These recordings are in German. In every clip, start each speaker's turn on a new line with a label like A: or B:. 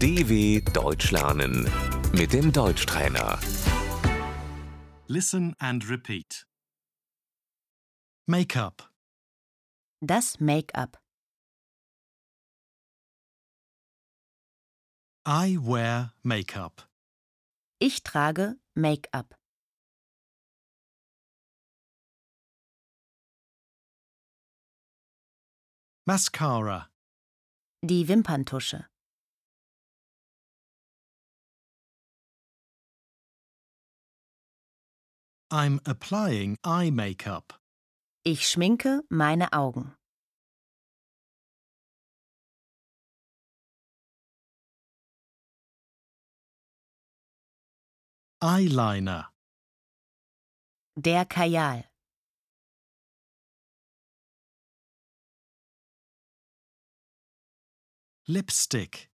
A: DW Deutsch lernen mit dem Deutschtrainer.
B: Listen and repeat. Makeup,
C: Das Make-up.
B: I wear makeup.
C: Ich trage Make-up.
B: Mascara,
C: Die Wimperntusche.
B: I'm applying eye makeup.
C: Ich schminke meine Augen.
B: Eyeliner,
C: Der Kajal.
B: lipstick,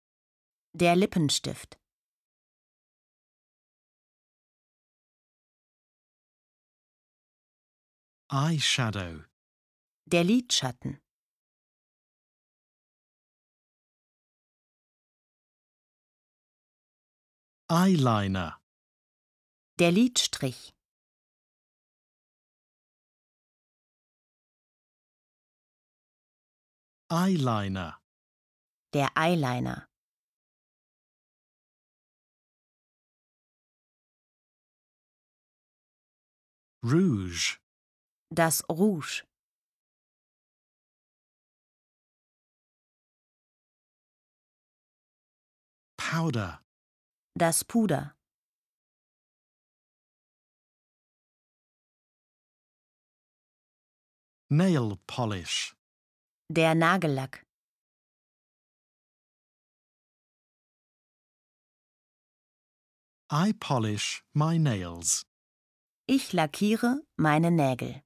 C: Der Lippenstift.
B: eyeshadow,
C: Der Lidschatten.
B: eyeliner,
C: Der Lidstrich.
B: eyeliner,
C: Der Eyeliner.
B: rouge,
C: Das Rouge.
B: powder,
C: Das Puder.
B: nail polish,
C: Der Nagellack.
B: I polish my nails.
C: Ich lackiere meine Nägel.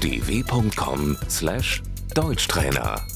A: dw.com/deutschtrainer